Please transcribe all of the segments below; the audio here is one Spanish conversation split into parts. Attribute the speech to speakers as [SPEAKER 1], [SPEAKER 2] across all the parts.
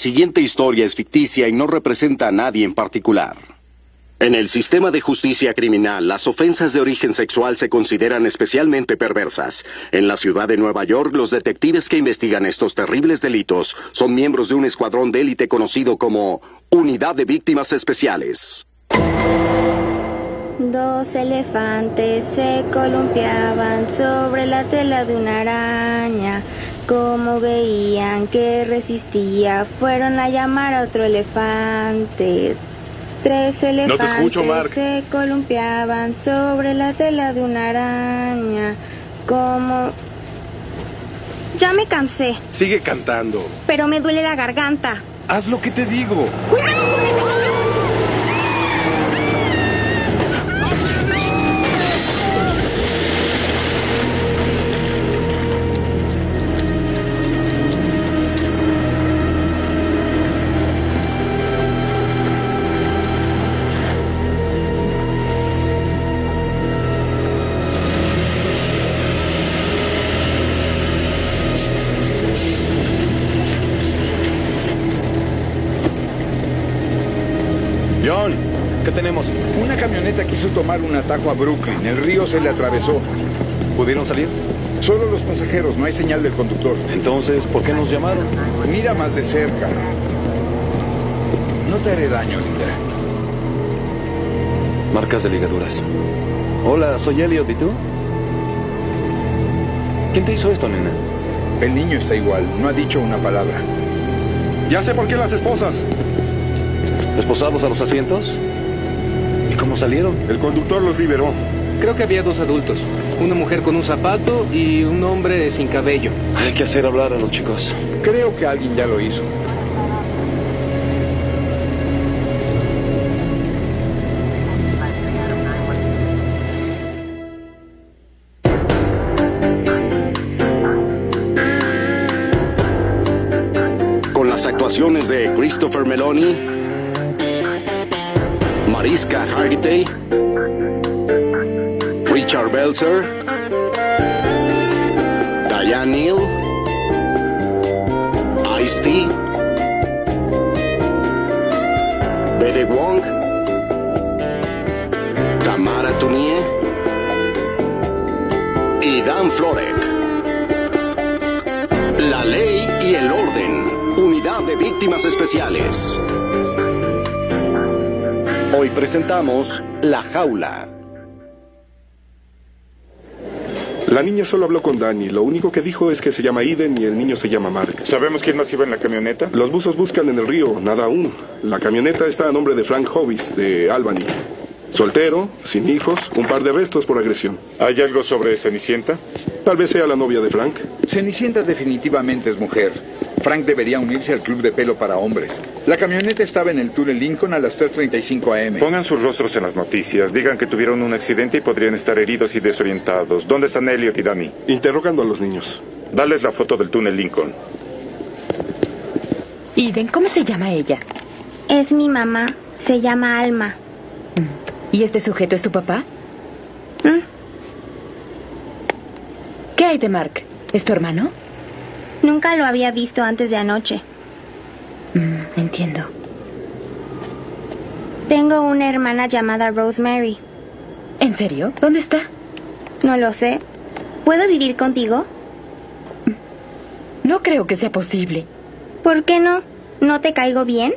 [SPEAKER 1] siguiente historia es ficticia y no representa a nadie en particular. En el sistema de justicia criminal, las ofensas de origen sexual se consideran especialmente perversas. En la ciudad de Nueva York, los detectives que investigan estos terribles delitos son miembros de un escuadrón de élite conocido como Unidad de Víctimas Especiales.
[SPEAKER 2] Dos elefantes se columpiaban sobre la tela de una araña. Como veían que resistía, fueron a llamar a otro elefante. Tres elefantes
[SPEAKER 3] escucho, Mark.
[SPEAKER 2] se columpiaban sobre la tela de una araña. Como... Ya me cansé,
[SPEAKER 3] Sigue cantando.
[SPEAKER 2] pero me duele la garganta.
[SPEAKER 3] Haz lo que te digo.
[SPEAKER 2] ¡Cuidado con eso!
[SPEAKER 4] John, ¿qué tenemos?
[SPEAKER 5] Una camioneta quiso tomar un atajo a Brooklyn. El río se le atravesó.
[SPEAKER 4] ¿Pudieron salir?
[SPEAKER 5] Solo los pasajeros, no hay señal del conductor.
[SPEAKER 4] Entonces, ¿por qué nos llamaron?
[SPEAKER 5] Mira más de cerca. No te haré daño, Linda.
[SPEAKER 4] Marcas de ligaduras. Hola, soy Elliot, ¿y tú? ¿Quién te hizo esto, nena?
[SPEAKER 5] El niño está igual, no ha dicho una palabra.
[SPEAKER 3] Ya sé por qué las esposas.
[SPEAKER 4] ¿Esposados a los asientos? ¿Y cómo salieron?
[SPEAKER 3] El conductor los liberó.
[SPEAKER 6] Creo que había dos adultos, una mujer con un zapato y un hombre sin cabello.
[SPEAKER 4] Hay que hacer hablar a los chicos.
[SPEAKER 5] Creo que alguien ya lo hizo.
[SPEAKER 1] Con las actuaciones de Christopher Meloni, Mariska Hargitay, Richard Belzer, Diane Neal, Ice-T, Bede Wong, Tamara Tunie y Dan Florek. La ley y el orden. Unidad de Víctimas Especiales. Hoy presentamos La Jaula.
[SPEAKER 3] La niña solo habló con Danny. Lo único que dijo es que se llama Eden y el niño se llama Mark.
[SPEAKER 7] ¿Sabemos quién más iba en la camioneta?
[SPEAKER 3] Los buzos buscan en el río, nada aún. La camioneta está a nombre de Frank Hobbs, de Albany. Soltero, sin hijos, un par de restos por agresión.
[SPEAKER 7] ¿Hay algo sobre Cenicienta?
[SPEAKER 3] Tal vez sea la novia de Frank.
[SPEAKER 5] Cenicienta definitivamente es mujer. Frank debería unirse al club de pelo para hombres. La camioneta estaba en el túnel Lincoln a las 3.35 am.
[SPEAKER 7] Pongan sus rostros en las noticias. Digan que tuvieron un accidente y podrían estar heridos y desorientados. ¿Dónde están Elliot y Danny?
[SPEAKER 3] Interrogando a los niños.
[SPEAKER 7] Dales la foto del túnel Lincoln.
[SPEAKER 8] Eden, ¿cómo se llama ella?
[SPEAKER 2] Es mi mamá, se llama Alma.
[SPEAKER 8] ¿Y este sujeto es tu papá? ¿Qué hay de Mark? ¿Es tu hermano?
[SPEAKER 2] Nunca lo había visto antes de anoche.
[SPEAKER 8] Mm, entiendo.
[SPEAKER 2] Tengo una hermana llamada Rosemary.
[SPEAKER 8] ¿En serio? ¿Dónde está?
[SPEAKER 2] No lo sé. ¿Puedo vivir contigo?
[SPEAKER 8] No creo que sea posible.
[SPEAKER 2] ¿Por qué no? ¿No te caigo bien?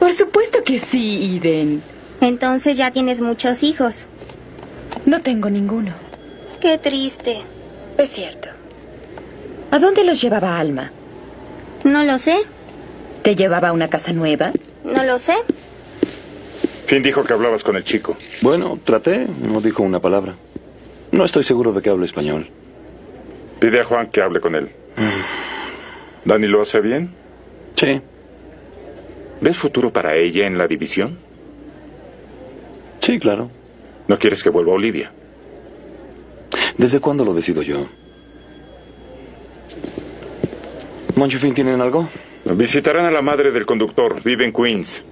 [SPEAKER 8] Por supuesto que sí, Eden.
[SPEAKER 2] Entonces ya tienes muchos hijos.
[SPEAKER 8] No tengo ninguno.
[SPEAKER 2] Qué triste.
[SPEAKER 8] Es cierto. ¿A dónde los llevaba Alma?
[SPEAKER 2] No lo sé.
[SPEAKER 8] ¿Te llevaba a una casa nueva?
[SPEAKER 2] No lo sé.
[SPEAKER 7] Finn dijo que hablabas con el chico.
[SPEAKER 4] Bueno, traté, no dijo una palabra. No estoy seguro de que hable español.
[SPEAKER 7] Pide a Juan que hable con él. ¿Danny lo hace bien?
[SPEAKER 4] Sí,
[SPEAKER 7] ¿Ves futuro para ella en la división?
[SPEAKER 4] sí, claro.
[SPEAKER 7] ¿No quieres que vuelva Olivia?
[SPEAKER 4] ¿Desde cuándo lo decido yo? ¿Monchufin tienen algo?
[SPEAKER 7] Visitarán a la madre del conductor. Vive en Queens.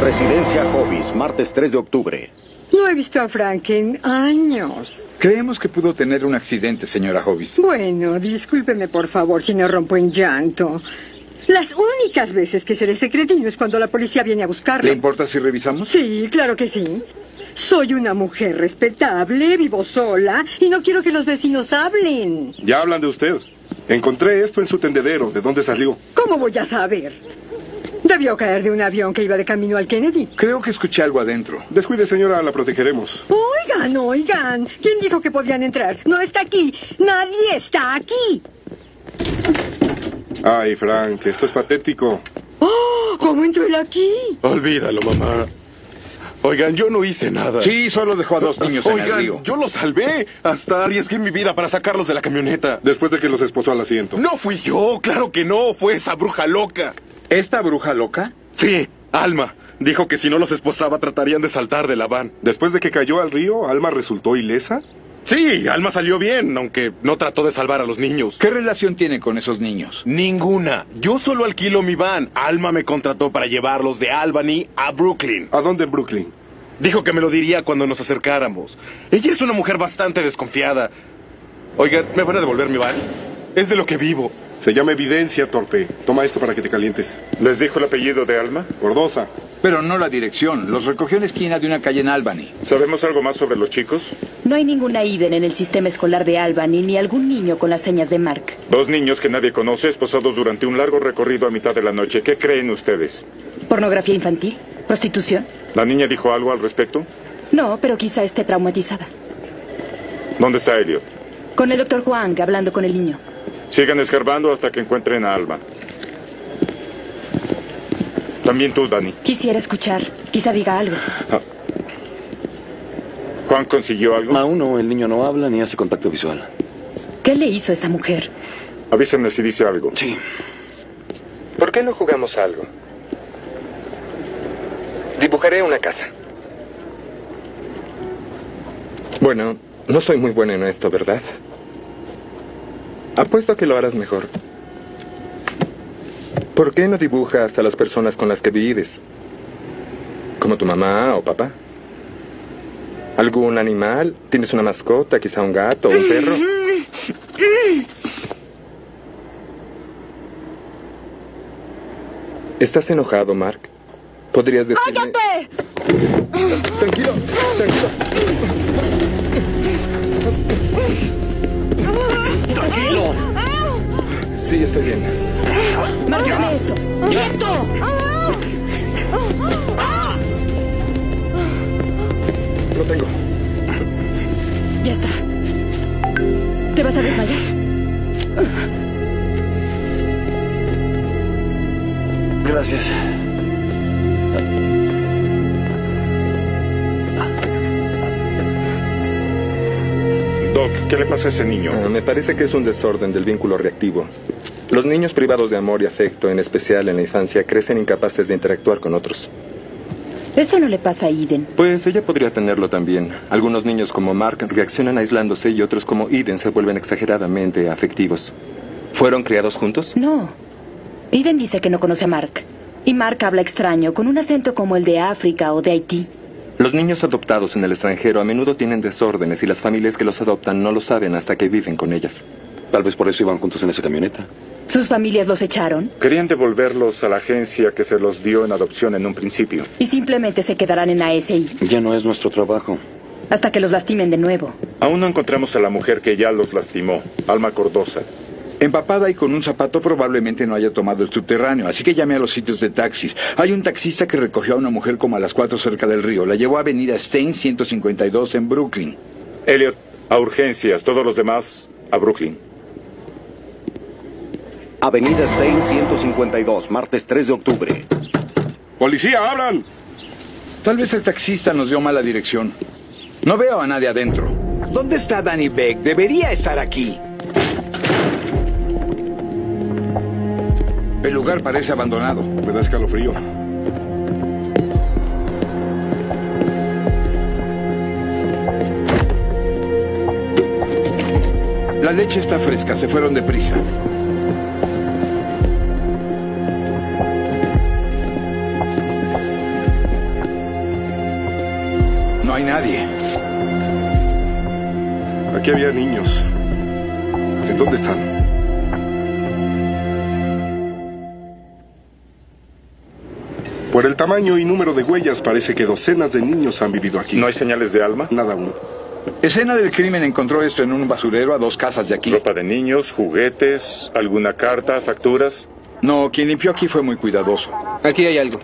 [SPEAKER 1] Residencia Hobbies, martes 3 de octubre.
[SPEAKER 9] No he visto a Frank en años.
[SPEAKER 5] Creemos que pudo tener un accidente, señora Hobbs.
[SPEAKER 9] Bueno, discúlpeme por favor si no rompo en llanto. Las únicas veces que seré ese cretino es cuando la policía viene a
[SPEAKER 5] ¿Le
[SPEAKER 9] buscarlo.
[SPEAKER 5] importa si revisamos?
[SPEAKER 9] Sí, claro que sí. Soy una mujer respetable, vivo sola y no quiero que los vecinos hablen.
[SPEAKER 3] Ya hablan de usted. Encontré esto en su tendedero. ¿De dónde salió?
[SPEAKER 9] ¿Cómo voy a saber? Debió caer de un avión que iba de camino al Kennedy.
[SPEAKER 5] Creo que escuché algo adentro.
[SPEAKER 3] Descuide, señora, la protegeremos.
[SPEAKER 9] Oigan, oigan. ¿Quién dijo que podían entrar? No está aquí. Nadie está aquí.
[SPEAKER 3] Ay, Frank, esto es patético.
[SPEAKER 9] ¡Oh! ¿Cómo entró él aquí?
[SPEAKER 10] Olvídalo, mamá. Oigan, yo no hice nada.
[SPEAKER 5] Sí, solo dejó a dos niños en el río.
[SPEAKER 10] Oigan, yo los salvé. Hasta arriesgué mi vida para sacarlos de la camioneta.
[SPEAKER 3] Después de que los esposó al asiento.
[SPEAKER 10] No fui yo, claro que no. Fue esa bruja loca.
[SPEAKER 5] ¿Esta bruja loca?
[SPEAKER 10] Sí, Alma. Dijo que si no los esposaba tratarían de saltar de la van.
[SPEAKER 3] Después de que cayó al río, Alma resultó ilesa.
[SPEAKER 10] Sí, Alma salió bien, aunque no trató de salvar a los niños.
[SPEAKER 5] ¿Qué relación tiene con esos niños?
[SPEAKER 10] Ninguna. Yo solo alquilo mi van. Alma me contrató para llevarlos de Albany a Brooklyn.
[SPEAKER 3] ¿A dónde en Brooklyn?
[SPEAKER 10] Dijo que me lo diría cuando nos acercáramos. Ella es una mujer bastante desconfiada. Oigan, ¿me van a devolver mi van? Es de lo que vivo.
[SPEAKER 3] Se llama evidencia, torpe. Toma esto para que te calientes.
[SPEAKER 7] ¿Les dijo el apellido de Alma?
[SPEAKER 3] Gordosa.
[SPEAKER 5] Pero no la dirección. Los recogió en la esquina de una calle en Albany.
[SPEAKER 7] ¿Sabemos algo más sobre los chicos?
[SPEAKER 11] No hay ninguna IDEN en el sistema escolar de Albany ni algún niño con las señas de Mark.
[SPEAKER 7] Dos niños que nadie conoce, esposados durante un largo recorrido a mitad de la noche. ¿Qué creen ustedes?
[SPEAKER 11] ¿Pornografía infantil? ¿Prostitución?
[SPEAKER 7] ¿La niña dijo algo al respecto?
[SPEAKER 11] No, pero quizá esté traumatizada.
[SPEAKER 7] ¿Dónde está Elliot?
[SPEAKER 11] Con el doctor Huang hablando con el niño.
[SPEAKER 7] Sigan escarbando hasta que encuentren a Alma. También tú, Dani.
[SPEAKER 11] Quisiera escuchar. Quizá diga algo.
[SPEAKER 7] Juan consiguió algo.
[SPEAKER 4] Aún no, Ah, el niño no habla ni hace contacto visual.
[SPEAKER 11] ¿Qué le hizo esa mujer?
[SPEAKER 7] Avísenme si dice algo.
[SPEAKER 4] Sí.
[SPEAKER 12] ¿Por qué no jugamos a algo? Dibujaré una casa. Bueno, no soy muy bueno en esto, ¿verdad? Apuesto a que lo harás mejor. ¿Por qué no dibujas a las personas con las que vives? Como tu mamá o papá. ¿Algún animal? ¿Tienes una mascota? ¿Quizá un gato o un perro? ¿Estás enojado, Mark? ¿Podrías decirme...? Tranquilo, tranquilo.
[SPEAKER 4] ¡Tranquilo!
[SPEAKER 12] Sí, estoy bien.
[SPEAKER 11] Mark, dame eso. ¡Quieto!
[SPEAKER 12] Lo tengo.
[SPEAKER 11] Ya está. ¿Te vas a desmayar?
[SPEAKER 4] Gracias.
[SPEAKER 7] Doc, ¿qué le pasa a ese niño?
[SPEAKER 12] Ah, me parece que es un desorden del vínculo reactivo. Los niños privados de amor y afecto, en especial en la infancia, crecen incapaces de interactuar con otros.
[SPEAKER 11] Eso no le pasa a Eden.
[SPEAKER 12] Pues ella podría tenerlo también. Algunos niños como Mark reaccionan aislándose y otros como Eden se vuelven exageradamente afectivos. ¿Fueron criados juntos?
[SPEAKER 11] No. Eden dice que no conoce a Mark. Y Mark habla extraño, con un acento como el de África o de Haití.
[SPEAKER 12] Los niños adoptados en el extranjero a menudo tienen desórdenes y las familias que los adoptan no lo saben hasta que viven con ellas.
[SPEAKER 4] Tal vez por eso iban juntos en esa camioneta.
[SPEAKER 11] Sus familias los echaron
[SPEAKER 7] Querían devolverlos a la agencia que se los dio en adopción en un principio.
[SPEAKER 11] y simplemente se quedarán en ASI
[SPEAKER 4] Ya no es nuestro trabajo.
[SPEAKER 11] hasta que los lastimen de nuevo.
[SPEAKER 7] Aún no encontramos a la mujer que ya los lastimó, Alma Cordosa.
[SPEAKER 5] Empapada y con un zapato probablemente no haya tomado el subterráneo, así que llamé a los sitios de taxis. Hay un taxista que recogió a una mujer como a las cuatro cerca del río. La llevó a Avenida Stein 152 en Brooklyn.
[SPEAKER 7] Elliot, a urgencias, todos los demás a Brooklyn.
[SPEAKER 1] Avenida Stein 152, martes 3 de octubre.
[SPEAKER 3] ¡Policía, hablan!
[SPEAKER 5] Tal vez el taxista nos dio mala dirección. No veo a nadie adentro.
[SPEAKER 13] ¿Dónde está Danny Beck? Debería estar aquí.
[SPEAKER 5] El lugar parece abandonado.
[SPEAKER 3] Me da escalofrío.
[SPEAKER 5] La leche está fresca, se fueron deprisa. No hay nadie.
[SPEAKER 3] Aquí había niños. ¿En dónde están? Por el tamaño y número de huellas parece que docenas de niños han vivido aquí.
[SPEAKER 7] ¿No hay señales de alma?
[SPEAKER 3] Nada aún.
[SPEAKER 5] Escena del crimen encontró esto en un basurero a dos casas de aquí.
[SPEAKER 7] Ropa de niños, juguetes, alguna carta, facturas.
[SPEAKER 5] No, quien limpió aquí fue muy cuidadoso.
[SPEAKER 6] Aquí hay algo.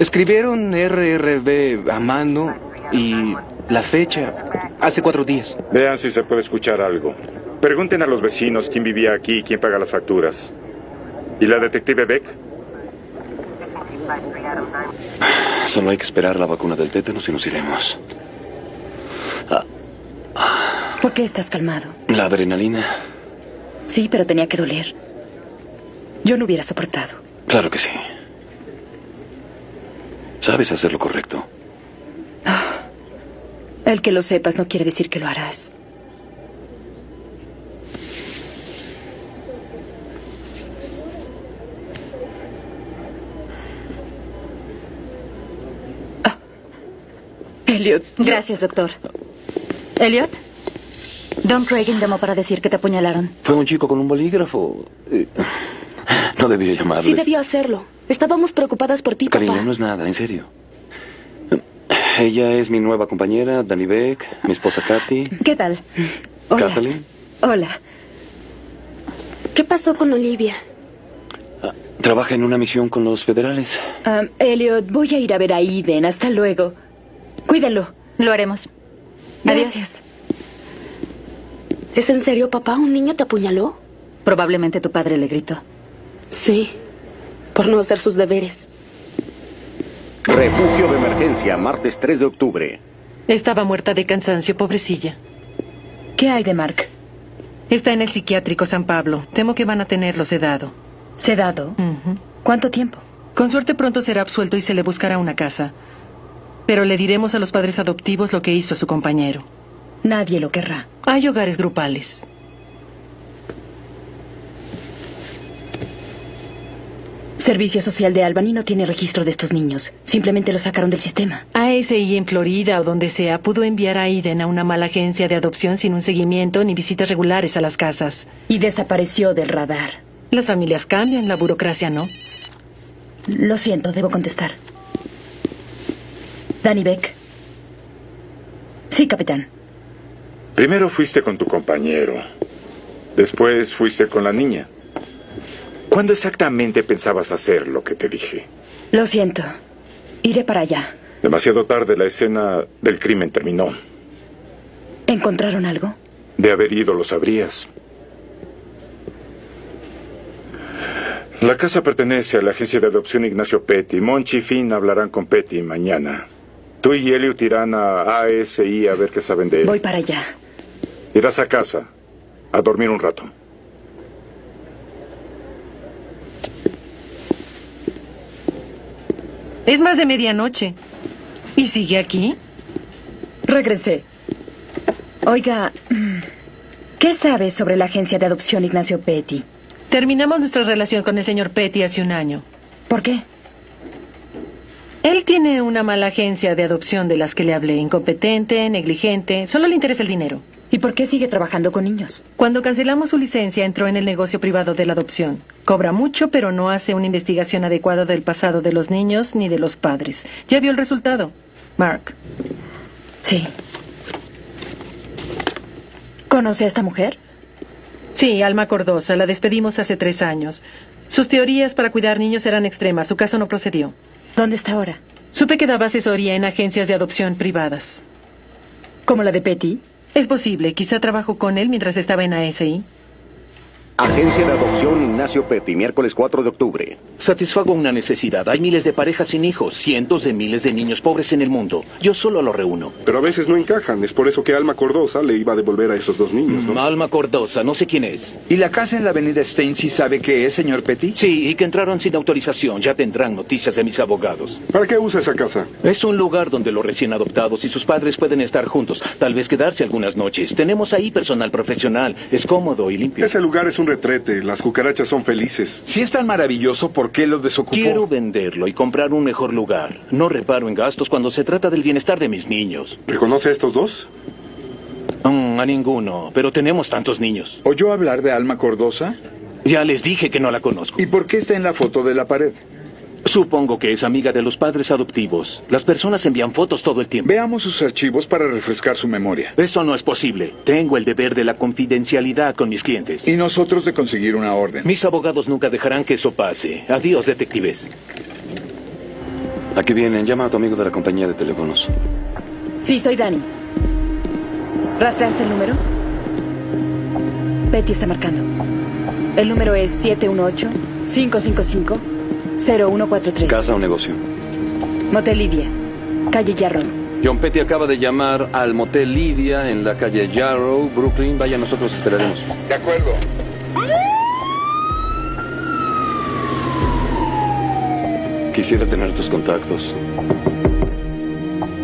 [SPEAKER 6] Escribieron RRB a mano y la fecha hace cuatro días.
[SPEAKER 7] Vean si se puede escuchar algo. Pregunten a los vecinos quién vivía aquí y quién paga las facturas. ¿Y la detective Beck?
[SPEAKER 4] Solo hay que esperar la vacuna del tétanos y nos iremos.
[SPEAKER 11] ¿Por qué estás calmado?
[SPEAKER 4] La adrenalina.
[SPEAKER 11] Sí, pero tenía que doler. Yo no hubiera soportado.
[SPEAKER 4] Claro que sí. Sabes hacer lo correcto.
[SPEAKER 14] Ah.
[SPEAKER 11] El que lo sepas no quiere decir que lo harás.
[SPEAKER 8] Ah. Elliot.
[SPEAKER 11] Gracias, doctor. Elliot. Don Cragen llamó para decir que te apuñalaron.
[SPEAKER 4] Fue un chico con un bolígrafo. Eh, No debió llamarles.
[SPEAKER 14] Sí debió hacerlo. Estábamos preocupadas por ti,
[SPEAKER 4] Cariño,
[SPEAKER 14] papá.
[SPEAKER 4] no es nada, en serio. Ella es mi nueva compañera, Dani Beck, mi esposa Katy,
[SPEAKER 14] ¿Qué tal? Hola.
[SPEAKER 4] Kathleen.
[SPEAKER 14] Hola. ¿Qué pasó con Olivia?
[SPEAKER 4] Trabaja en una misión con los federales.
[SPEAKER 11] Ah, Elliot, voy a ir a ver a Eden. Hasta luego. Cuídalo. Lo haremos.
[SPEAKER 14] Gracias. ¿Es en serio, papá? ¿Un niño te apuñaló?
[SPEAKER 11] Probablemente tu padre le gritó.
[SPEAKER 14] Sí, por no hacer sus deberes.
[SPEAKER 1] Refugio de emergencia, martes 3 de octubre.
[SPEAKER 15] Estaba muerta de cansancio, pobrecilla.
[SPEAKER 11] ¿Qué hay de Mark?
[SPEAKER 15] Está en el psiquiátrico San Pablo. Temo que van a tenerlo sedado.
[SPEAKER 11] ¿Sedado? ¿Cuánto tiempo?
[SPEAKER 15] Con suerte pronto será absuelto y se le buscará una casa. Pero le diremos a los padres adoptivos lo que hizo a su compañero.
[SPEAKER 11] Nadie lo querrá.
[SPEAKER 15] Hay hogares grupales.
[SPEAKER 11] Servicio Social de Albany no tiene registro de estos niños. Simplemente los sacaron del sistema.
[SPEAKER 15] ASI en Florida o donde sea pudo enviar a Aiden a una mala agencia de adopción sin un seguimiento ni visitas regulares a las casas.
[SPEAKER 11] Y desapareció del radar.
[SPEAKER 15] Las familias cambian, la burocracia no.
[SPEAKER 11] Lo siento, debo contestar. Danny Beck. Sí, capitán.
[SPEAKER 7] Primero fuiste con tu compañero. Después fuiste con la niña. ¿Cuándo exactamente pensabas hacer lo que te dije?
[SPEAKER 11] Lo siento. Iré para allá.
[SPEAKER 7] Demasiado tarde la escena del crimen terminó.
[SPEAKER 11] ¿Encontraron algo?
[SPEAKER 7] De haber ido lo sabrías. La casa pertenece a la agencia de adopción Ignacio Petty. Monchi y Finn hablarán con Petty mañana. Tú y Elliot irán a ASI a ver qué saben de él.
[SPEAKER 11] Voy para allá.
[SPEAKER 7] Irás a casa a dormir un rato.
[SPEAKER 15] Es más de medianoche. ¿Y sigue aquí?
[SPEAKER 11] Regresé. Oiga, ¿qué sabes sobre la agencia de adopción Ignacio Petty?
[SPEAKER 15] Terminamos nuestra relación con el señor Petty hace un año.
[SPEAKER 11] ¿Por qué?
[SPEAKER 15] Él tiene una mala agencia de adopción de las que le hablé, incompetente, negligente, solo le interesa el dinero.
[SPEAKER 11] ¿Y por qué sigue trabajando con niños?
[SPEAKER 15] Cuando cancelamos su licencia entró en el negocio privado de la adopción. Cobra mucho, pero no hace una investigación adecuada del pasado de los niños ni de los padres. Ya vio el resultado. Mark.
[SPEAKER 11] Sí. ¿Conoce a esta mujer?
[SPEAKER 15] Sí, Alma Cordosa. La despedimos hace tres años. Sus teorías para cuidar niños eran extremas. Su caso no procedió.
[SPEAKER 11] ¿Dónde está ahora?
[SPEAKER 15] Supe que daba asesoría en agencias de adopción privadas.
[SPEAKER 11] ¿Como la de Petty?
[SPEAKER 15] Es posible. Quizá trabajó con él mientras estaba en ASI.
[SPEAKER 1] Agencia de Adopción Ignacio Petty, miércoles 4 de octubre.
[SPEAKER 16] Satisfago una necesidad. Hay miles de parejas sin hijos, cientos de miles de niños pobres en el mundo. Yo solo los reúno.
[SPEAKER 3] Pero a veces no encajan. Es por eso que Alma Cordosa le iba a devolver a esos dos niños, ¿no?
[SPEAKER 16] Alma Cordosa, no sé quién es.
[SPEAKER 5] ¿Y la casa en la avenida Stacey sabe qué es, señor Petty?
[SPEAKER 16] Sí, y que entraron sin autorización. Ya tendrán noticias de mis abogados.
[SPEAKER 3] ¿Para qué usa esa casa?
[SPEAKER 16] Es un lugar donde los recién adoptados y sus padres pueden estar juntos, tal vez quedarse algunas noches. Tenemos ahí personal profesional. Es cómodo y limpio.
[SPEAKER 3] Ese lugar es un retrete. Las cucarachas son felices.
[SPEAKER 5] Si es tan maravilloso, ¿por qué lo desocupó?
[SPEAKER 16] Quiero venderlo y comprar un mejor lugar. No reparo en gastos cuando se trata del bienestar de mis niños.
[SPEAKER 3] ¿Reconoce a estos dos?
[SPEAKER 16] Mm, a ninguno, pero tenemos tantos niños.
[SPEAKER 5] ¿Oyó hablar de Alma Cordosa?
[SPEAKER 16] Ya les dije que no la conozco.
[SPEAKER 5] ¿Y por qué está en la foto de la pared?
[SPEAKER 16] Supongo que es amiga de los padres adoptivos. Las personas envían fotos todo el tiempo.
[SPEAKER 5] Veamos sus archivos para refrescar su memoria.
[SPEAKER 16] Eso no es posible. Tengo el deber de la confidencialidad con mis clientes.
[SPEAKER 5] Y nosotros de conseguir una orden.
[SPEAKER 16] Mis abogados nunca dejarán que eso pase. Adiós, detectives.
[SPEAKER 4] Aquí vienen, llama a tu amigo de la compañía de teléfonos.
[SPEAKER 11] Sí, soy Dani. ¿Rastreaste el número? Betty está marcando. El número es 718-555-0143.
[SPEAKER 4] Casa o negocio.
[SPEAKER 11] Motel Lidia, calle Yarron.
[SPEAKER 4] John Petty acaba de llamar al motel Lidia en la calle Yarrow, Brooklyn. Vaya, nosotros esperaremos.
[SPEAKER 5] De acuerdo.
[SPEAKER 4] Quisiera tener tus contactos.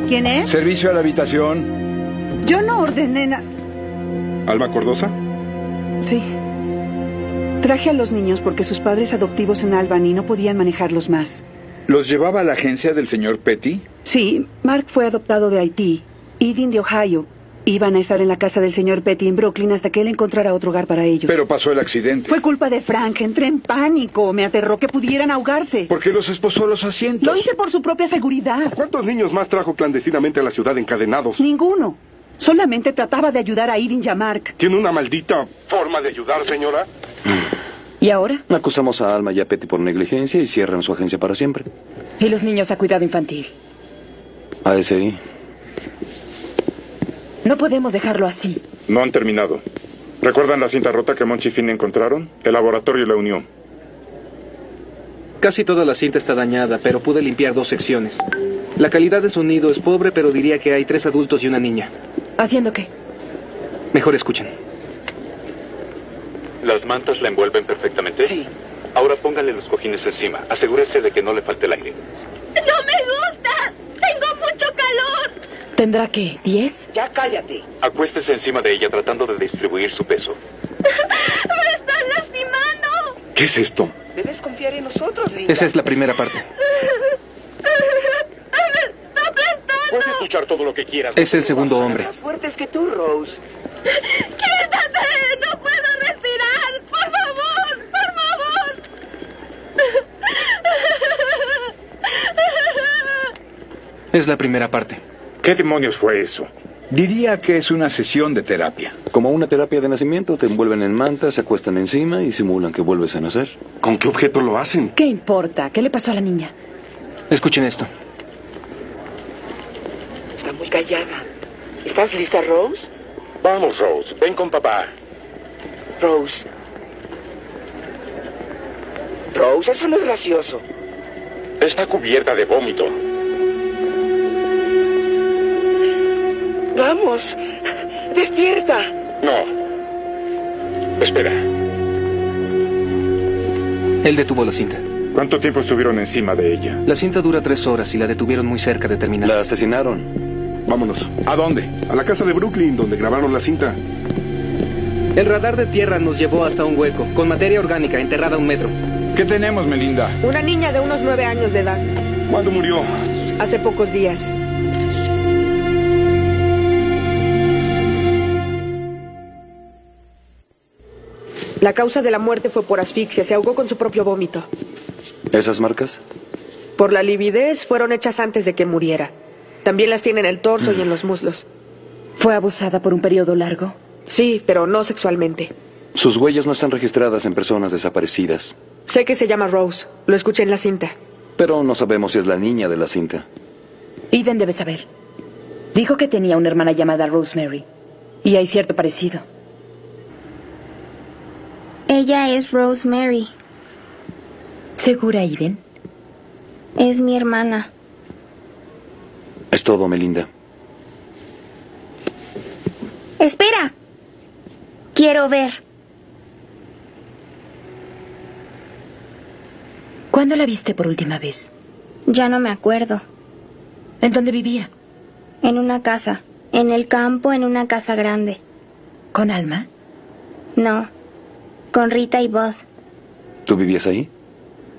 [SPEAKER 17] ¿Quién es?
[SPEAKER 5] Servicio a la habitación.
[SPEAKER 17] Yo no ordené nada.
[SPEAKER 3] ¿Alma Cordosa?
[SPEAKER 17] Sí. Traje a los niños porque sus padres adoptivos en Albany no podían manejarlos más.
[SPEAKER 5] ¿Los llevaba a la agencia del señor Petty?
[SPEAKER 17] Sí, Mark fue adoptado de Haití, Edin de Ohio. Iban a estar en la casa del señor Petty en Brooklyn hasta que él encontrara otro hogar para ellos.
[SPEAKER 5] Pero pasó el accidente.
[SPEAKER 17] Fue culpa de Frank, entré en pánico, me aterró que pudieran ahogarse.
[SPEAKER 5] Porque los esposó a los asientos.
[SPEAKER 17] Lo hice por su propia seguridad.
[SPEAKER 3] ¿Cuántos niños más trajo clandestinamente a la ciudad encadenados?
[SPEAKER 17] Ninguno. Solamente trataba de ayudar a Edin y a Mark.
[SPEAKER 3] ¿Tiene una maldita forma de ayudar, señora?
[SPEAKER 11] ¿Y ahora?
[SPEAKER 4] Acusamos a Alma y a Petty por negligencia y cierran su agencia para siempre.
[SPEAKER 11] ¿Y los niños a cuidado infantil?
[SPEAKER 4] ASI.
[SPEAKER 11] No podemos dejarlo así.
[SPEAKER 7] No han terminado. ¿Recuerdan la cinta rota que Monchi y Finn encontraron? El laboratorio y la unión.
[SPEAKER 6] Casi toda la cinta está dañada, pero pude limpiar dos secciones. La calidad de sonido es pobre, pero diría que hay tres adultos y una niña.
[SPEAKER 11] ¿Haciendo qué?
[SPEAKER 6] Mejor escuchen.
[SPEAKER 18] ¿Las mantas la envuelven perfectamente? Sí. Ahora póngale los cojines encima. Asegúrese de que no le falte el aire.
[SPEAKER 19] ¡No me gusta! ¡Tengo mucho calor!
[SPEAKER 11] ¿Tendrá que ¿Diez?
[SPEAKER 17] Ya cállate.
[SPEAKER 18] Acuéstese encima de ella tratando de distribuir su peso.
[SPEAKER 19] ¡Me están lastimando!
[SPEAKER 7] ¿Qué es esto?
[SPEAKER 17] Debes confiar en nosotros, Linda.
[SPEAKER 6] Esa es la primera parte.
[SPEAKER 19] ¡Me está aplastando!
[SPEAKER 18] Puedes escuchar todo lo que quieras.
[SPEAKER 6] Es el segundo hombre.
[SPEAKER 17] Más fuertes que tú, Rose.
[SPEAKER 19] ¡Quítate! ¡No puedo respirar! ¡Por favor! ¡Por favor!
[SPEAKER 6] Es la primera parte.
[SPEAKER 7] ¿Qué demonios fue eso?
[SPEAKER 5] Diría que es una sesión de terapia.
[SPEAKER 4] Como una terapia de nacimiento, te envuelven en manta, se acuestan encima y simulan que vuelves a nacer.
[SPEAKER 7] ¿Con qué objeto lo hacen?
[SPEAKER 11] ¿Qué importa? ¿Qué le pasó a la niña?
[SPEAKER 6] Escuchen esto.
[SPEAKER 17] Está muy callada. ¿Estás lista, Rose?
[SPEAKER 18] Vamos, Rose, ven con papá.
[SPEAKER 17] Rose. Rose, eso no es gracioso.
[SPEAKER 18] Está cubierta de vómito.
[SPEAKER 17] Vamos. Despierta.
[SPEAKER 18] No. Espera.
[SPEAKER 6] Él detuvo la cinta.
[SPEAKER 7] ¿Cuánto tiempo estuvieron encima de ella?
[SPEAKER 6] La cinta dura tres horas y la detuvieron muy cerca de terminar.
[SPEAKER 4] La asesinaron.
[SPEAKER 3] Vámonos. ¿A dónde? A la casa de Brooklyn, donde grabaron la cinta.
[SPEAKER 6] El radar de tierra nos llevó hasta un hueco, con materia orgánica enterrada a un metro.
[SPEAKER 5] ¿Qué tenemos, Melinda?
[SPEAKER 20] Una niña de unos nueve años de edad.
[SPEAKER 3] ¿Cuándo murió?
[SPEAKER 20] Hace pocos días. La causa de la muerte fue por asfixia. Se ahogó con su propio vómito.
[SPEAKER 4] ¿Esas marcas?
[SPEAKER 20] Por la lividez fueron hechas antes de que muriera. También las tiene en el torso y en los muslos.
[SPEAKER 11] ¿Fue abusada por un periodo largo?
[SPEAKER 20] Sí, pero no sexualmente.
[SPEAKER 4] Sus huellas no están registradas en personas desaparecidas,
[SPEAKER 20] Sé que se llama Rose. Lo escuché en la cinta.
[SPEAKER 4] pero no sabemos si es la niña de la cinta.
[SPEAKER 11] Eden debe saber. Dijo que tenía una hermana llamada Rosemary. Y hay cierto parecido.
[SPEAKER 2] Ella es Rosemary.
[SPEAKER 11] ¿Segura, Eden?
[SPEAKER 2] Es mi hermana.
[SPEAKER 4] Es todo, Melinda.
[SPEAKER 2] Espera. Quiero ver.
[SPEAKER 11] ¿Cuándo la viste por última vez?
[SPEAKER 2] Ya no me acuerdo.
[SPEAKER 11] ¿En dónde vivía?
[SPEAKER 2] En una casa. En el campo, en una casa grande.
[SPEAKER 11] ¿Con Alma?
[SPEAKER 2] No. Con Rita y Bud.
[SPEAKER 4] ¿Tú vivías ahí?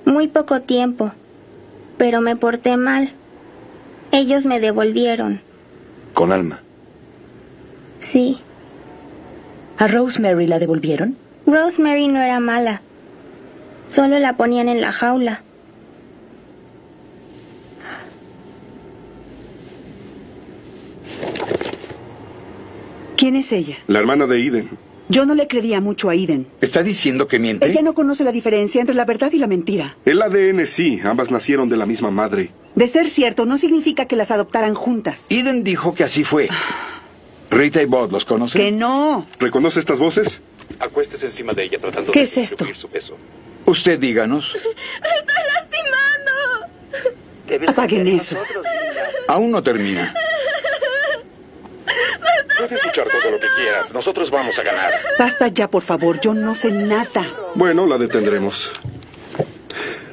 [SPEAKER 2] Muy poco tiempo. Pero me porté mal. Ellos me devolvieron.
[SPEAKER 4] Con alma.
[SPEAKER 2] Sí.
[SPEAKER 11] ¿A Rosemary la devolvieron?
[SPEAKER 2] Rosemary no era mala. Solo la ponían en la jaula.
[SPEAKER 17] ¿Quién es ella?
[SPEAKER 3] La hermana de Eden.
[SPEAKER 17] Yo no le creería mucho a Iden.
[SPEAKER 5] ¿Está diciendo que miente?
[SPEAKER 17] Ella no conoce la diferencia entre la verdad y la mentira.
[SPEAKER 3] El ADN sí, ambas nacieron de la misma madre.
[SPEAKER 17] De ser cierto, no significa que las adoptaran juntas.
[SPEAKER 5] Eden dijo que así fue. Rita y Bob, ¿los conocen?
[SPEAKER 17] Que no.
[SPEAKER 3] ¿Reconoce estas voces?
[SPEAKER 18] Acuéstese encima de ella tratando
[SPEAKER 5] ¿Qué
[SPEAKER 18] de
[SPEAKER 5] es esto?
[SPEAKER 18] distribuir su peso.
[SPEAKER 5] Usted díganos.
[SPEAKER 17] Apaguen eso.
[SPEAKER 5] Aún no termina.
[SPEAKER 18] Puedes escuchar todo lo que quieras. Nosotros vamos a ganar.
[SPEAKER 17] Basta ya, por favor. Yo no sé nada.
[SPEAKER 3] Bueno, la detendremos.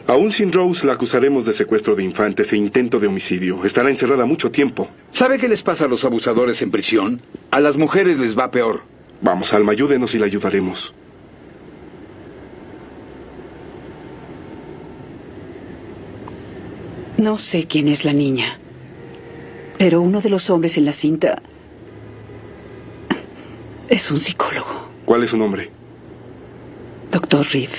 [SPEAKER 3] Aún sin Rose, la acusaremos de secuestro de infantes e intento de homicidio. Estará encerrada mucho tiempo.
[SPEAKER 5] ¿Sabe qué les pasa a los abusadores en prisión? A las mujeres les va peor.
[SPEAKER 3] Vamos, Alma, ayúdenos y la ayudaremos.
[SPEAKER 17] No sé quién es la niña. Pero uno de los hombres en la cinta es un psicólogo,
[SPEAKER 3] ¿Cuál es su nombre?
[SPEAKER 17] doctor Reeve.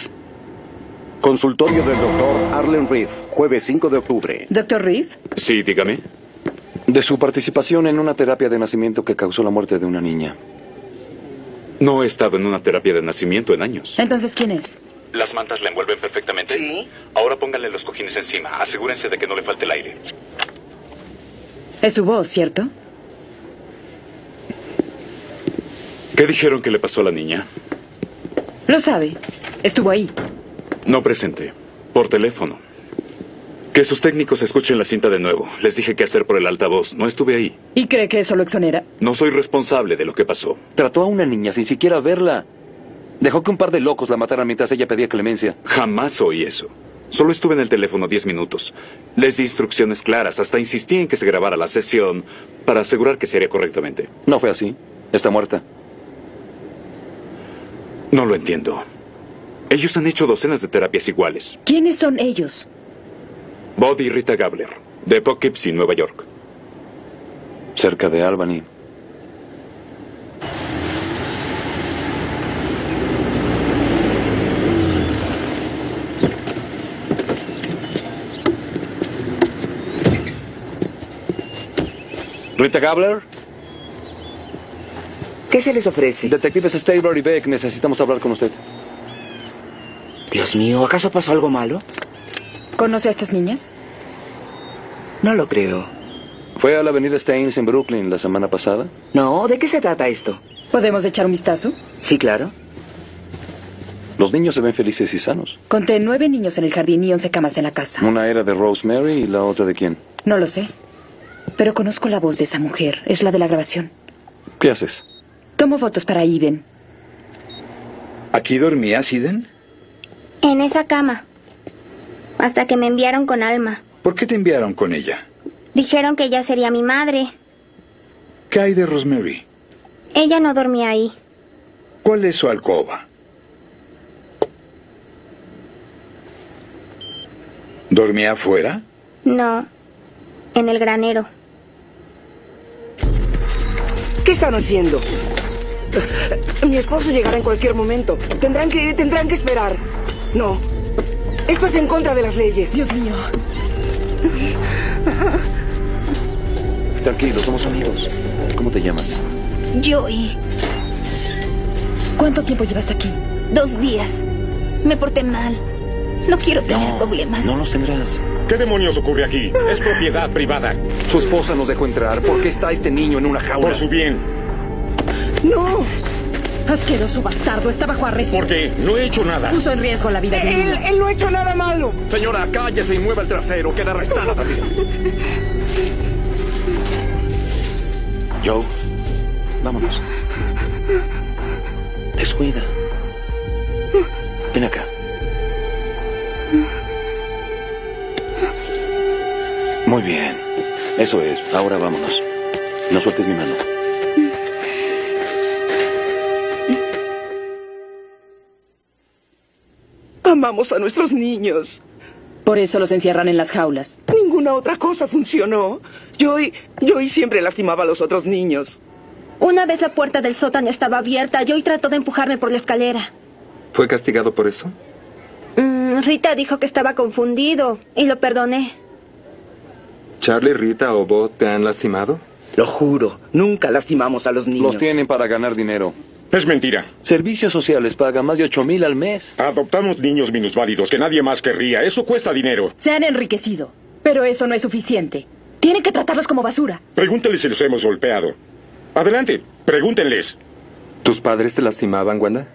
[SPEAKER 1] Consultorio del doctor Arlen Reed, jueves 5 de octubre.
[SPEAKER 8] Doctor Reeve,
[SPEAKER 4] Sí, dígame. De su participación en una terapia de nacimiento que causó la muerte de una niña.
[SPEAKER 18] No he estado en una terapia de nacimiento en años.
[SPEAKER 11] Entonces, ¿quién es?
[SPEAKER 18] Las mantas la envuelven perfectamente. Sí. Ahora pónganle los cojines encima. Asegúrense de que no le falte el aire.
[SPEAKER 11] Es su voz, ¿cierto?
[SPEAKER 18] ¿Qué dijeron que le pasó a la niña?
[SPEAKER 11] Lo sabe. Estuvo ahí.
[SPEAKER 18] No presente. Por teléfono. Que sus técnicos escuchen la cinta de nuevo. Les dije qué hacer por el altavoz. No estuve ahí.
[SPEAKER 11] ¿Y cree que eso lo exonera?
[SPEAKER 18] No soy responsable de lo que pasó.
[SPEAKER 4] Trató a una niña sin siquiera verla. Dejó que un par de locos la mataran mientras ella pedía clemencia.
[SPEAKER 18] Jamás oí eso. Solo estuve en el teléfono 10 minutos. Les di instrucciones claras. Hasta insistí en que se grabara la sesión para asegurar que se haría correctamente.
[SPEAKER 4] No fue así. Está muerta.
[SPEAKER 18] No lo entiendo. Ellos han hecho docenas de terapias iguales.
[SPEAKER 11] ¿Quiénes son ellos?
[SPEAKER 18] Body Rita Gabler, de Poughkeepsie, Nueva York.
[SPEAKER 4] Cerca de Albany. Rita Gabler.
[SPEAKER 21] ¿Qué se les ofrece?
[SPEAKER 4] Detectives Stabler y Beck, necesitamos hablar con usted.
[SPEAKER 21] Dios mío, ¿acaso pasó algo malo?
[SPEAKER 11] ¿Conoce a estas niñas?
[SPEAKER 21] No lo creo.
[SPEAKER 4] ¿Fue a la avenida Staines en Brooklyn la semana pasada?
[SPEAKER 21] No, ¿de qué se trata esto?
[SPEAKER 11] ¿Podemos echar un vistazo?
[SPEAKER 21] Sí, claro.
[SPEAKER 4] Los niños se ven felices y sanos.
[SPEAKER 11] Conté nueve niños en el jardín y once camas en la casa.
[SPEAKER 4] Una era de Rosemary y la otra de quién.
[SPEAKER 11] No lo sé. Pero conozco la voz de esa mujer. Es la de la grabación.
[SPEAKER 4] ¿Qué haces?
[SPEAKER 11] Tomo fotos para Iben.
[SPEAKER 5] ¿Aquí dormías, Iden?
[SPEAKER 2] En esa cama. Hasta que me enviaron con Alma.
[SPEAKER 5] ¿Por qué te enviaron con ella?
[SPEAKER 2] Dijeron que ella sería mi madre.
[SPEAKER 5] ¿Qué hay de Rosemary?
[SPEAKER 2] Ella no dormía ahí.
[SPEAKER 5] ¿Cuál es su alcoba? ¿Dormía afuera?
[SPEAKER 2] No. En el granero.
[SPEAKER 21] ¿Qué están haciendo? Mi esposo llegará en cualquier momento. Tendrán que, tendrán que esperar. No. Esto es en contra de las leyes.
[SPEAKER 11] Dios mío.
[SPEAKER 4] Tranquilo, somos amigos. ¿Cómo te llamas?
[SPEAKER 22] Joey,
[SPEAKER 11] ¿Cuánto tiempo llevas aquí?
[SPEAKER 22] dos días. Me porté mal. No quiero tener problemas.
[SPEAKER 4] No los tendrás.
[SPEAKER 10] ¿Qué demonios ocurre aquí? Es propiedad privada.
[SPEAKER 4] Su esposa nos dejó entrar. ¿Por qué está este niño en una jaula?
[SPEAKER 10] Por su bien.
[SPEAKER 11] ¡No! Asqueroso bastardo, está bajo arresto.
[SPEAKER 10] Porque no he hecho nada.
[SPEAKER 11] Puso en riesgo la vida de un
[SPEAKER 21] Él,
[SPEAKER 11] niño.
[SPEAKER 21] él no ha hecho nada malo.
[SPEAKER 10] Señora, cállese y mueva el trasero. Queda arrestada también.
[SPEAKER 4] Joe, vámonos. Descuida. Ven acá. Muy bien. Eso es. Ahora vámonos. No sueltes mi mano.
[SPEAKER 21] Amamos a nuestros niños.
[SPEAKER 11] Por eso los encierran en las jaulas.
[SPEAKER 21] Ninguna otra cosa funcionó. Joy, Joy siempre lastimaba a los otros niños.
[SPEAKER 22] Una vez la puerta del sótano estaba abierta, Joey trató de empujarme por la escalera.
[SPEAKER 12] ¿Fue castigado por eso?
[SPEAKER 2] Mm, Rita dijo que estaba confundido y lo perdoné.
[SPEAKER 12] ¿Charlie, Rita o Bo te han lastimado?
[SPEAKER 9] Lo juro, nunca lastimamos a los niños.
[SPEAKER 4] Los tienen para ganar dinero.
[SPEAKER 13] Es mentira.
[SPEAKER 4] Servicios sociales pagan más de 8 mil al mes.
[SPEAKER 13] Adoptamos niños minusválidos que nadie más querría. Eso cuesta dinero.
[SPEAKER 11] Se han enriquecido, pero eso no es suficiente. Tienen que tratarlos como basura.
[SPEAKER 13] Pregúntales si los hemos golpeado. Adelante, pregúntenles.
[SPEAKER 12] ¿Tus padres te lastimaban, Wanda?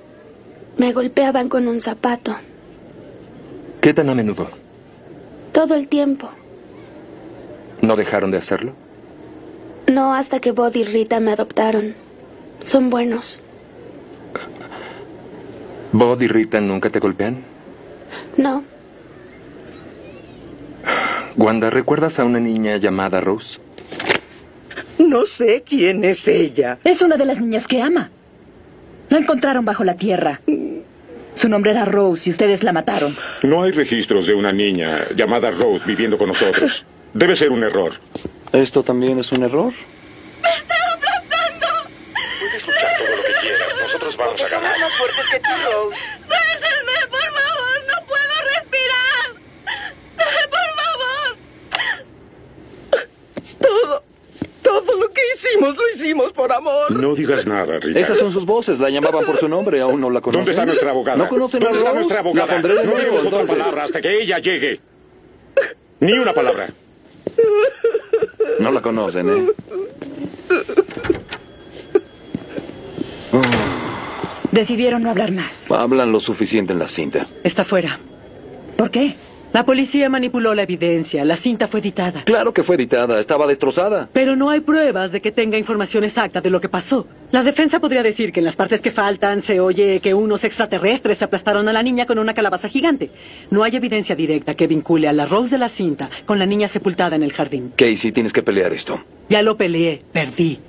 [SPEAKER 22] Me golpeaban con un zapato.
[SPEAKER 12] ¿Qué tan a menudo?
[SPEAKER 22] Todo el tiempo.
[SPEAKER 12] ¿No dejaron de hacerlo?
[SPEAKER 22] No hasta que Bod y Rita me adoptaron. Son buenos.
[SPEAKER 12] ¿Bod y Rita nunca te golpean?
[SPEAKER 22] No,
[SPEAKER 12] Wanda, ¿recuerdas a una niña llamada Rose?
[SPEAKER 9] No sé quién es ella.
[SPEAKER 11] Es una de las niñas que ama. La encontraron bajo la tierra. Su nombre era Rose y ustedes la mataron.
[SPEAKER 13] No hay registros de una niña llamada Rose viviendo con nosotros. Debe ser un error.
[SPEAKER 4] ¿Esto también es un error?
[SPEAKER 13] Puedes luchar todo lo que quieras. Nosotros vamos a ganar.
[SPEAKER 21] Pues más fuertes que tú, Rose.
[SPEAKER 19] ¡Suéltenme, por favor! ¡No puedo respirar! ¡Por favor!
[SPEAKER 9] Todo, todo lo que hicimos lo hicimos por amor.
[SPEAKER 13] No digas nada, Rita.
[SPEAKER 4] Esas son sus voces, la llamaban por su nombre, aún no la conocen.
[SPEAKER 13] ¿Dónde está nuestra abogada?
[SPEAKER 4] ¿No conocen
[SPEAKER 13] ¿Dónde
[SPEAKER 4] a
[SPEAKER 13] está
[SPEAKER 4] Rose?
[SPEAKER 13] nuestra abogada?
[SPEAKER 4] La pondré de
[SPEAKER 13] no
[SPEAKER 4] nuevo,
[SPEAKER 13] diremos otra
[SPEAKER 4] entonces.
[SPEAKER 13] palabra hasta que ella llegue. Ni una palabra.
[SPEAKER 4] No la conocen, ¿eh?
[SPEAKER 11] Decidieron no hablar más.
[SPEAKER 4] Hablan lo suficiente en la cinta.
[SPEAKER 15] Está fuera.
[SPEAKER 11] ¿Por qué?
[SPEAKER 15] La policía manipuló la evidencia. La cinta fue editada.
[SPEAKER 4] Claro que fue editada, estaba destrozada.
[SPEAKER 23] Pero no hay pruebas de que tenga información exacta de lo que pasó. La defensa podría decir que en las partes que faltan se oye que unos extraterrestres aplastaron a la niña con una calabaza gigante. No hay evidencia directa que vincule a la Rose de la cinta con la niña sepultada en el jardín.
[SPEAKER 4] Casey, tienes que pelear esto.
[SPEAKER 23] Ya lo peleé, perdí.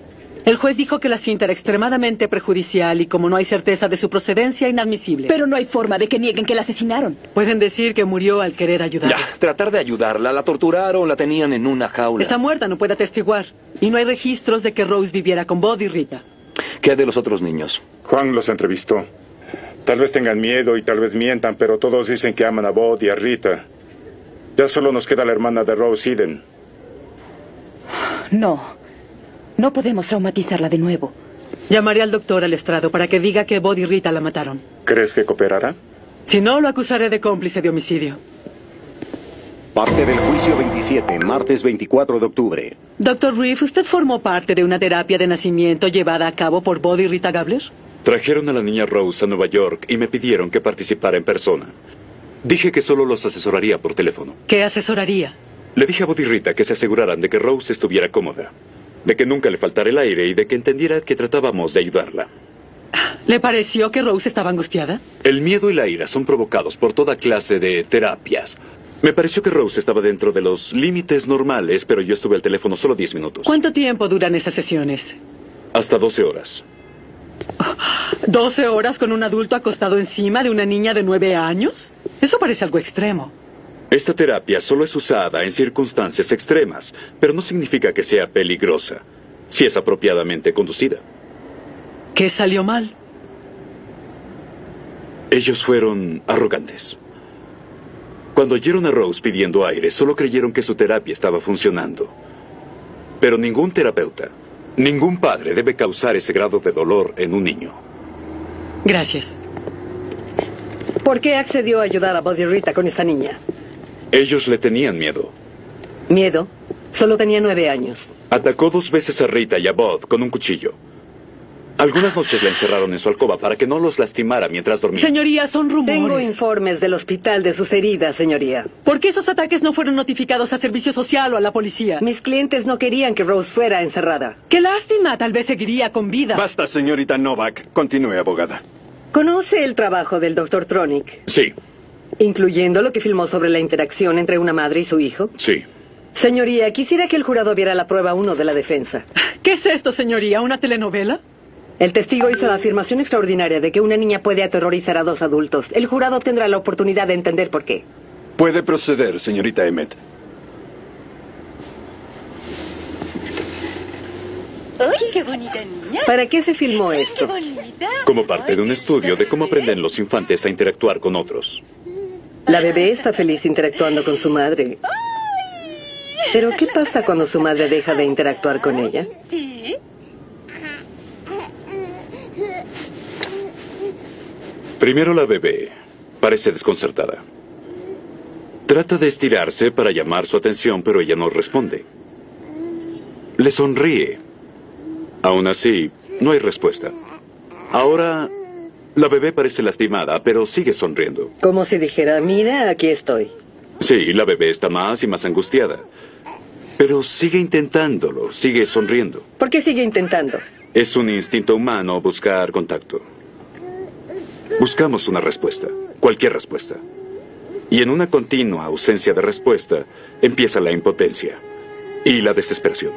[SPEAKER 23] El juez dijo que la cinta era extremadamente prejudicial y como no hay certeza de su procedencia, inadmisible.
[SPEAKER 11] Pero no hay forma de que nieguen que la asesinaron.
[SPEAKER 23] Pueden decir que murió al querer ayudar.
[SPEAKER 4] Ya, tratar de ayudarla, la torturaron, la tenían en una jaula.
[SPEAKER 23] Está muerta, no puede atestiguar. Y no hay registros de que Rose viviera con Bod y Rita.
[SPEAKER 4] ¿Qué hay de los otros niños?
[SPEAKER 7] Juan los entrevistó. Tal vez tengan miedo y tal vez mientan, pero todos dicen que aman a Bod y a Rita. Ya solo nos queda la hermana de Rose Eden.
[SPEAKER 11] No. No podemos traumatizarla de nuevo.
[SPEAKER 23] Llamaré al doctor al estrado para que diga que Bod y Rita la mataron.
[SPEAKER 7] ¿Crees que cooperará?
[SPEAKER 23] Si no, lo acusaré de cómplice de homicidio.
[SPEAKER 1] Parte del juicio 27, martes 24 de octubre.
[SPEAKER 23] Doctor Reef, ¿usted formó parte de una terapia de nacimiento llevada a cabo por Bod y Rita Gabler?
[SPEAKER 18] Trajeron a la niña Rose a Nueva York y me pidieron que participara en persona. Dije que solo los asesoraría por teléfono.
[SPEAKER 23] ¿Qué asesoraría?
[SPEAKER 18] Le dije a Buddy Rita que se aseguraran de que Rose estuviera cómoda, de que nunca le faltara el aire y de que entendiera que tratábamos de ayudarla.
[SPEAKER 23] ¿Le pareció que Rose estaba angustiada?
[SPEAKER 18] El miedo y la ira son provocados por toda clase de terapias. Me pareció que Rose estaba dentro de los límites normales, pero yo estuve al teléfono solo 10 minutos.
[SPEAKER 23] ¿Cuánto tiempo duran esas sesiones?
[SPEAKER 18] Hasta 12 horas.
[SPEAKER 23] ¿12 horas con un adulto acostado encima de una niña de 9 años? Eso parece algo extremo.
[SPEAKER 18] Esta terapia solo es usada en circunstancias extremas, pero no significa que sea peligrosa, si es apropiadamente conducida.
[SPEAKER 23] ¿Qué salió mal?
[SPEAKER 18] Ellos fueron arrogantes. Cuando oyeron a Rose pidiendo aire, solo creyeron que su terapia estaba funcionando. Pero ningún terapeuta, ningún padre debe causar ese grado de dolor en un niño.
[SPEAKER 23] Gracias.
[SPEAKER 24] ¿Por qué accedió a ayudar a Buddy Rita con esta niña?
[SPEAKER 18] Ellos le tenían miedo.
[SPEAKER 24] Miedo. Solo tenía nueve años.
[SPEAKER 18] Atacó dos veces a Rita y a Bod con un cuchillo. Algunas noches la encerraron en su alcoba para que no los lastimara mientras dormía.
[SPEAKER 23] Señoría, son rumores.
[SPEAKER 24] Tengo informes del hospital de sus heridas, señoría.
[SPEAKER 23] ¿Por qué esos ataques no fueron notificados a Servicio Social o a la policía?
[SPEAKER 24] Mis clientes no querían que Rose fuera encerrada.
[SPEAKER 23] ¡Qué lástima! Tal vez seguiría con vida.
[SPEAKER 25] Basta, señorita Novak. Continúe, abogada.
[SPEAKER 24] ¿Conoce el trabajo del doctor Tronic,
[SPEAKER 25] Sí,
[SPEAKER 24] incluyendo lo que filmó sobre la interacción entre una madre y su hijo?
[SPEAKER 25] sí.
[SPEAKER 24] Señoría, quisiera que el jurado viera la prueba uno de la defensa.
[SPEAKER 23] ¿Qué es esto, señoría? ¿Una telenovela?
[SPEAKER 24] El testigo hizo la afirmación extraordinaria de que una niña puede aterrorizar a dos adultos. El jurado tendrá la oportunidad de entender por qué.
[SPEAKER 25] Puede proceder, señorita Emmett.
[SPEAKER 24] ¡Ay, qué bonita niña! ¿Para qué se filmó esto?
[SPEAKER 18] Como parte de un estudio de cómo aprenden los infantes a interactuar con otros.
[SPEAKER 24] La bebé está feliz interactuando con su madre. Pero ¿qué pasa cuando su madre deja de interactuar con ella?
[SPEAKER 19] ¿Sí?
[SPEAKER 18] Primero la bebé. Parece desconcertada. Trata de estirarse para llamar su atención, pero ella no responde. Le sonríe. Aún así, no hay respuesta. Ahora, la bebé parece lastimada, pero sigue sonriendo.
[SPEAKER 24] Como si dijera, mira, aquí estoy.
[SPEAKER 18] Sí, la bebé está más y más angustiada. Pero sigue intentándolo, sigue sonriendo.
[SPEAKER 24] ¿Por qué sigue intentando?
[SPEAKER 18] Es un instinto humano buscar contacto. Buscamos una respuesta, cualquier respuesta. Y en una continua ausencia de respuesta empieza la impotencia y la desesperación.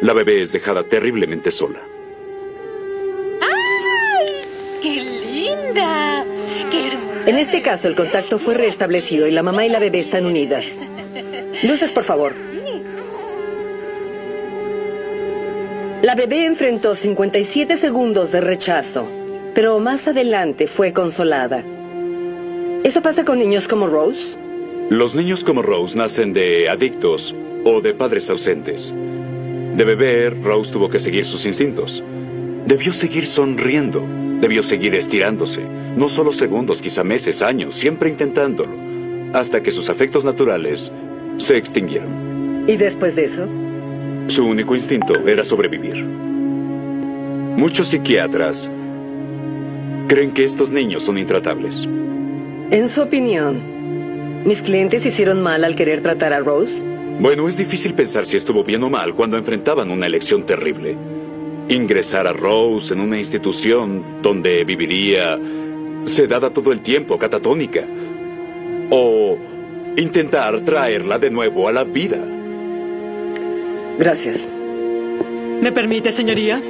[SPEAKER 18] La bebé es dejada terriblemente sola.
[SPEAKER 19] ¡Qué linda! ¡Qué hermosa!
[SPEAKER 24] En este caso, el contacto fue restablecido y la mamá y la bebé están unidas. Luces, por favor. La bebé enfrentó 57 segundos de rechazo, pero más adelante fue consolada. ¿Eso pasa con niños como Rose?
[SPEAKER 18] Los niños como Rose nacen de adictos o de padres ausentes. De beber, Rose tuvo que seguir sus instintos. Debió seguir sonriendo, debió seguir estirándose, no solo segundos, quizá meses, años, siempre intentándolo, hasta que sus afectos naturales se extinguieron.
[SPEAKER 24] ¿Y después de eso?
[SPEAKER 18] Su único instinto era sobrevivir. Muchos psiquiatras creen que estos niños son intratables.
[SPEAKER 24] En su opinión, ¿mis clientes hicieron mal al querer tratar a Rose?
[SPEAKER 18] Bueno, es difícil pensar si estuvo bien o mal cuando enfrentaban una elección terrible. Ingresar a Rose en una institución donde viviría sedada todo el tiempo, catatónica. O intentar traerla de nuevo a la vida.
[SPEAKER 24] Gracias.
[SPEAKER 23] ¿Me permite, señoría?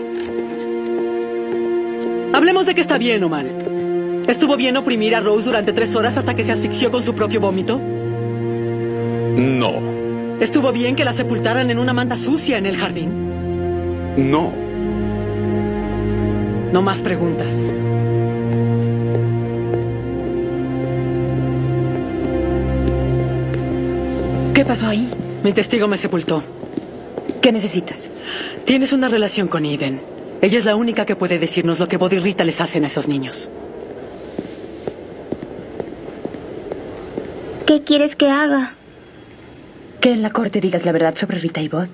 [SPEAKER 23] Hablemos de que está bien o mal. ¿Estuvo bien oprimir a Rose durante tres horas hasta que se asfixió con su propio vómito?
[SPEAKER 18] No,
[SPEAKER 23] ¿Estuvo bien que la sepultaran en una manta sucia en el jardín?
[SPEAKER 18] no.
[SPEAKER 23] No más preguntas.
[SPEAKER 8] ¿Qué pasó ahí?
[SPEAKER 23] Mi testigo me sepultó.
[SPEAKER 8] ¿Qué necesitas?
[SPEAKER 23] Tienes una relación con Eden. Ella es la única que puede decirnos lo que Body Rita les hacen a esos niños.
[SPEAKER 2] ¿Qué quieres que haga?
[SPEAKER 11] Que en la corte digas la verdad sobre Rita y Bod.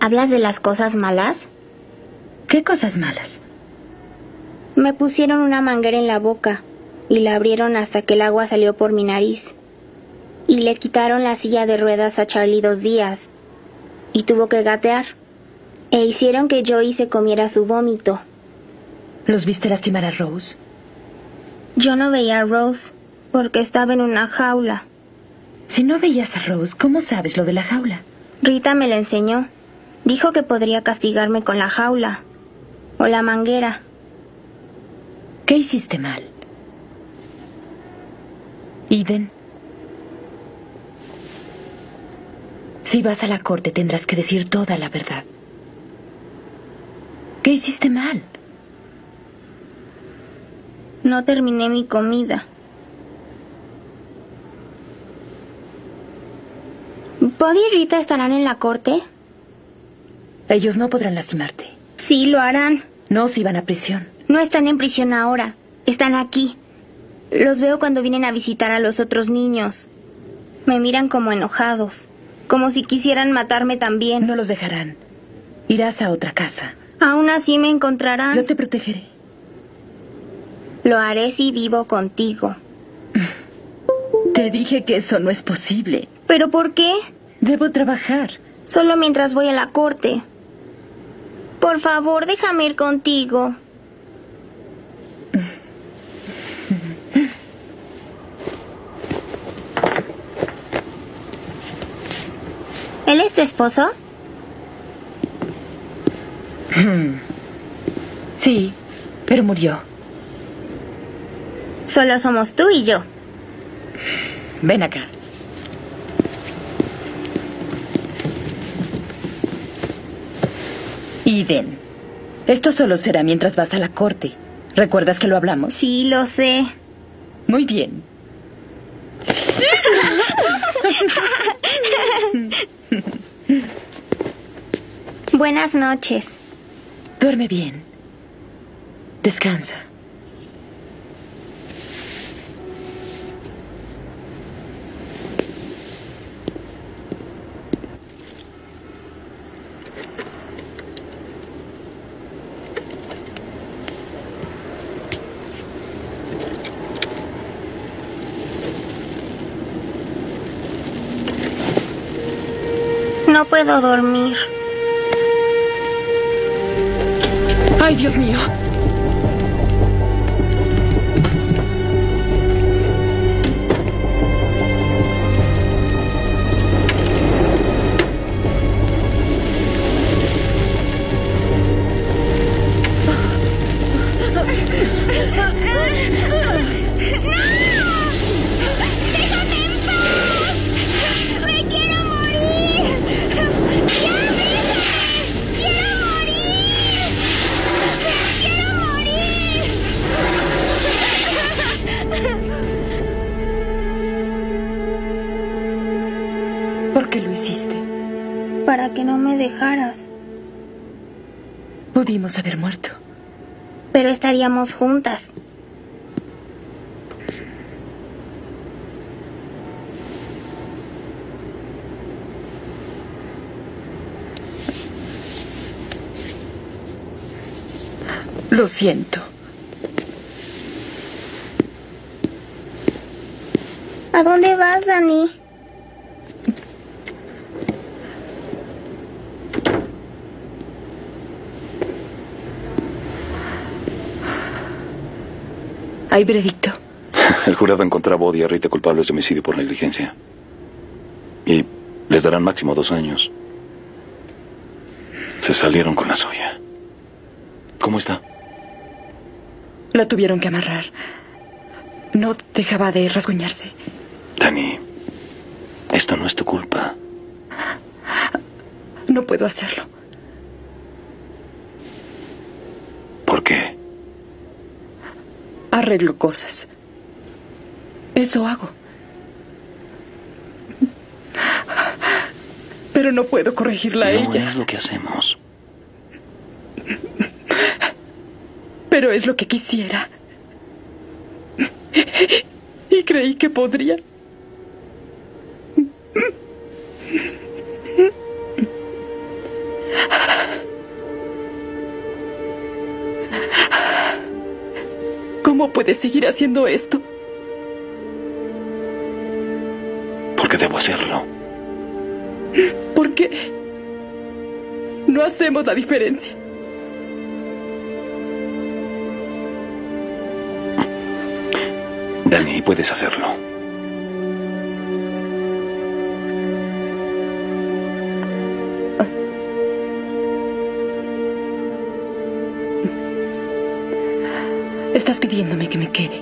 [SPEAKER 2] ¿Hablas de las cosas malas?
[SPEAKER 11] ¿Qué cosas malas?
[SPEAKER 2] Me pusieron una manguera en la boca y la abrieron hasta que el agua salió por mi nariz. Y le quitaron la silla de ruedas a Charlie dos días y tuvo que gatear. E hicieron que Joey se comiera su vómito.
[SPEAKER 11] ¿Los viste lastimar a Rose?
[SPEAKER 2] Yo no veía a Rose porque estaba en una jaula.
[SPEAKER 11] Si no veías a Rose, ¿cómo sabes lo de la jaula?
[SPEAKER 2] Rita me la enseñó. Dijo que podría castigarme con la jaula o la manguera.
[SPEAKER 11] ¿Qué hiciste mal? Eden. Si vas a la corte tendrás que decir toda la verdad. ¿Qué hiciste mal?
[SPEAKER 2] No terminé mi comida. ¿Buddy y Rita estarán en la corte?
[SPEAKER 11] Ellos no podrán lastimarte.
[SPEAKER 2] Sí, lo harán.
[SPEAKER 11] No si van a prisión.
[SPEAKER 2] No están en prisión ahora. Están aquí. Los veo cuando vienen a visitar a los otros niños. Me miran como enojados. Como si quisieran matarme también.
[SPEAKER 11] No los dejarán. Irás a otra casa.
[SPEAKER 2] Aún así me encontrarán.
[SPEAKER 11] Yo te protegeré.
[SPEAKER 2] Lo haré si vivo contigo.
[SPEAKER 11] Te dije que eso no es posible.
[SPEAKER 2] ¿Pero por qué?
[SPEAKER 11] Debo trabajar.
[SPEAKER 2] Solo mientras voy a la corte. Por favor, déjame ir contigo. ¿Él es tu esposo?
[SPEAKER 11] Sí, pero murió.
[SPEAKER 2] Solo somos tú y yo.
[SPEAKER 11] Ven acá. Iden. Esto solo será mientras vas a la corte. ¿Recuerdas que lo hablamos?
[SPEAKER 2] Sí, lo sé.
[SPEAKER 11] Muy bien.
[SPEAKER 2] Buenas noches.
[SPEAKER 8] Duerme bien. Descansa.
[SPEAKER 2] No puedo dormir.
[SPEAKER 26] Ay, Dios mío.
[SPEAKER 8] ¿Por qué lo hiciste?
[SPEAKER 2] Para que no me dejaras.
[SPEAKER 8] Pudimos haber muerto.
[SPEAKER 2] Pero estaríamos juntas.
[SPEAKER 8] Lo siento.
[SPEAKER 2] ¿A dónde vas, Dani?
[SPEAKER 8] Hay veredicto.
[SPEAKER 4] El jurado encontraba a Bodhi y a Rita culpables de homicidio por negligencia. Y les darán máximo dos años. Se salieron con la suya. ¿Cómo está?
[SPEAKER 8] La tuvieron que amarrar. No dejaba de rasguñarse.
[SPEAKER 4] Dani, esto no es tu culpa.
[SPEAKER 8] No puedo hacerlo.
[SPEAKER 4] ¿Por qué?
[SPEAKER 8] Arreglo cosas. Eso hago. Pero no puedo corregirla a
[SPEAKER 4] no
[SPEAKER 8] ella.
[SPEAKER 4] es lo que hacemos.
[SPEAKER 8] Pero es lo que quisiera. Y creí que podría. ¿Cómo puedes seguir haciendo esto?
[SPEAKER 4] Porque debo hacerlo.
[SPEAKER 8] Porque no hacemos la diferencia.
[SPEAKER 4] Dani, puedes hacerlo.
[SPEAKER 8] Estás pidiéndome que me quede.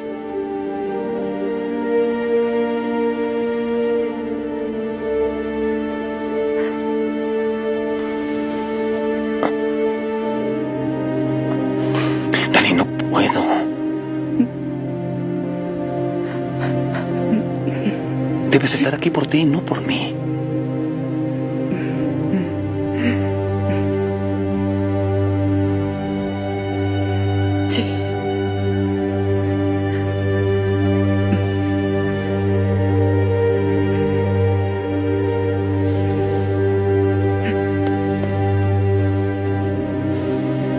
[SPEAKER 4] Dani, no puedo. Debes estar aquí por ti, no por mí.
[SPEAKER 8] Sí.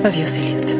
[SPEAKER 8] Adiós, Elliot.